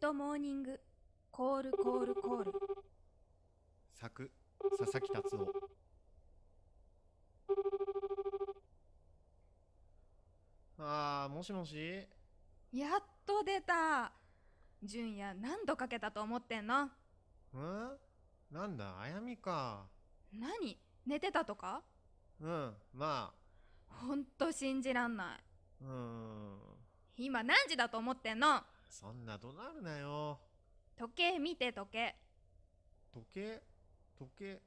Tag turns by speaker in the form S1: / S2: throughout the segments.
S1: トモーニングコールコールコール
S2: 作佐々木達夫ああもしもし
S1: やっと出た純也何度かけたと思ってんの
S2: うんなんだあやみか
S1: 何寝てたとか
S2: うんま
S1: ほんと信じらんな
S2: あうーん
S1: い今何時だと思ってんの
S2: そんな怒鳴るなよ
S1: 時計見て時計
S2: 時計時計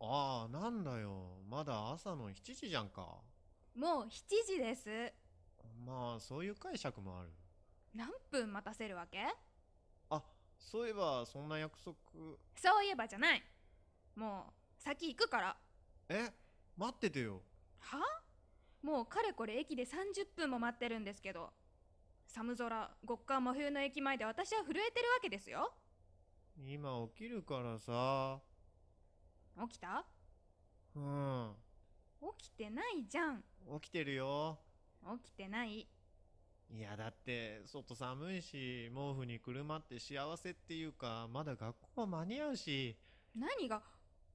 S2: ああなんだよまだ朝の7時じゃんか
S1: もう7時です
S2: まあそういう解釈もある
S1: 何分待たせるわけ
S2: あそういえばそんな約束
S1: そういえばじゃないもう先行くから
S2: え待っててよ
S1: はもうかれこれ駅で30分も待ってるんですけど寒空極寒真冬の駅前で私は震えてるわけですよ
S2: 今起きるからさ
S1: 起きた
S2: うん
S1: 起きてないじゃん
S2: 起きてるよ
S1: 起きてない
S2: いやだって外寒いし毛布にくるまって幸せっていうかまだ学校は間に合うし
S1: 何が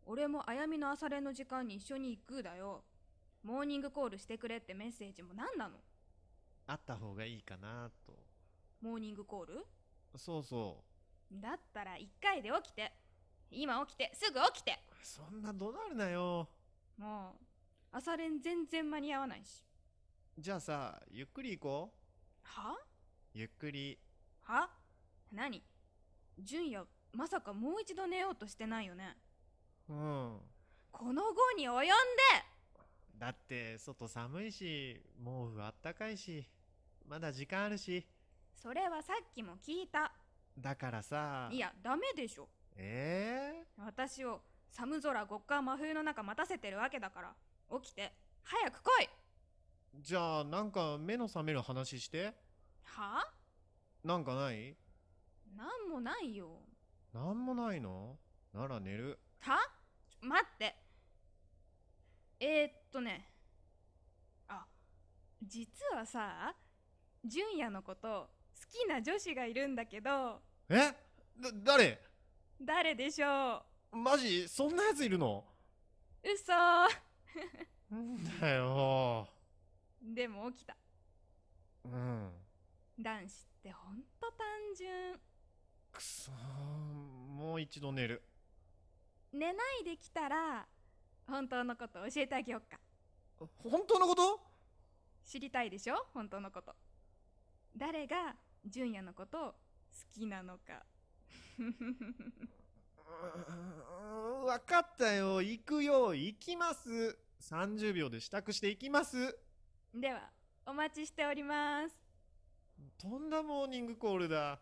S1: 俺もあやみの朝練の時間に一緒に行くだよモーニングコールしてくれってメッセージも何なの
S2: あった方がいいかなと
S1: モーニングコール
S2: そうそ
S1: だったら1回で起きて今起きてすぐ起きて
S2: うそんな怒鳴るなよ
S1: もう朝練全然間に合わないし
S2: じゃあさゆっくり行こ
S1: は
S2: うゆっくり
S1: は何純也まさかもう一度寝ようとしてないよね
S2: うん
S1: この後に及んで
S2: だって外寒いし毛布あったかいしまだ時間あるし
S1: それはさっきも聞いた
S2: だからさ
S1: いやダメでしょ
S2: ええ
S1: 私を寒空極寒真冬の中待たせてるわけだから起きて早く来い
S2: じゃあなんか目の覚める話して
S1: はあ
S2: なんかない
S1: なんもないよ
S2: なんもないのなら寝る
S1: はちょ待ってえー、っとねあ実はさ純也のこと好きな女子がいるんだけど
S2: えだ誰
S1: 誰でしょ
S2: マジそんなやついるの
S1: う嘘
S2: んだよ
S1: でも起きた
S2: うん
S1: 男子ってほんと単純
S2: くそもう一度寝る
S1: 寝ないで来たら本当のこと教えてあげよっか
S2: 本当のこと
S1: 知りたいでしょ本当のこと誰が純也のことを好きなのか
S2: うーんわかったよ行くよ行きます30秒で支度して行きます
S1: ではお待ちしております
S2: とんだモーニングコールだ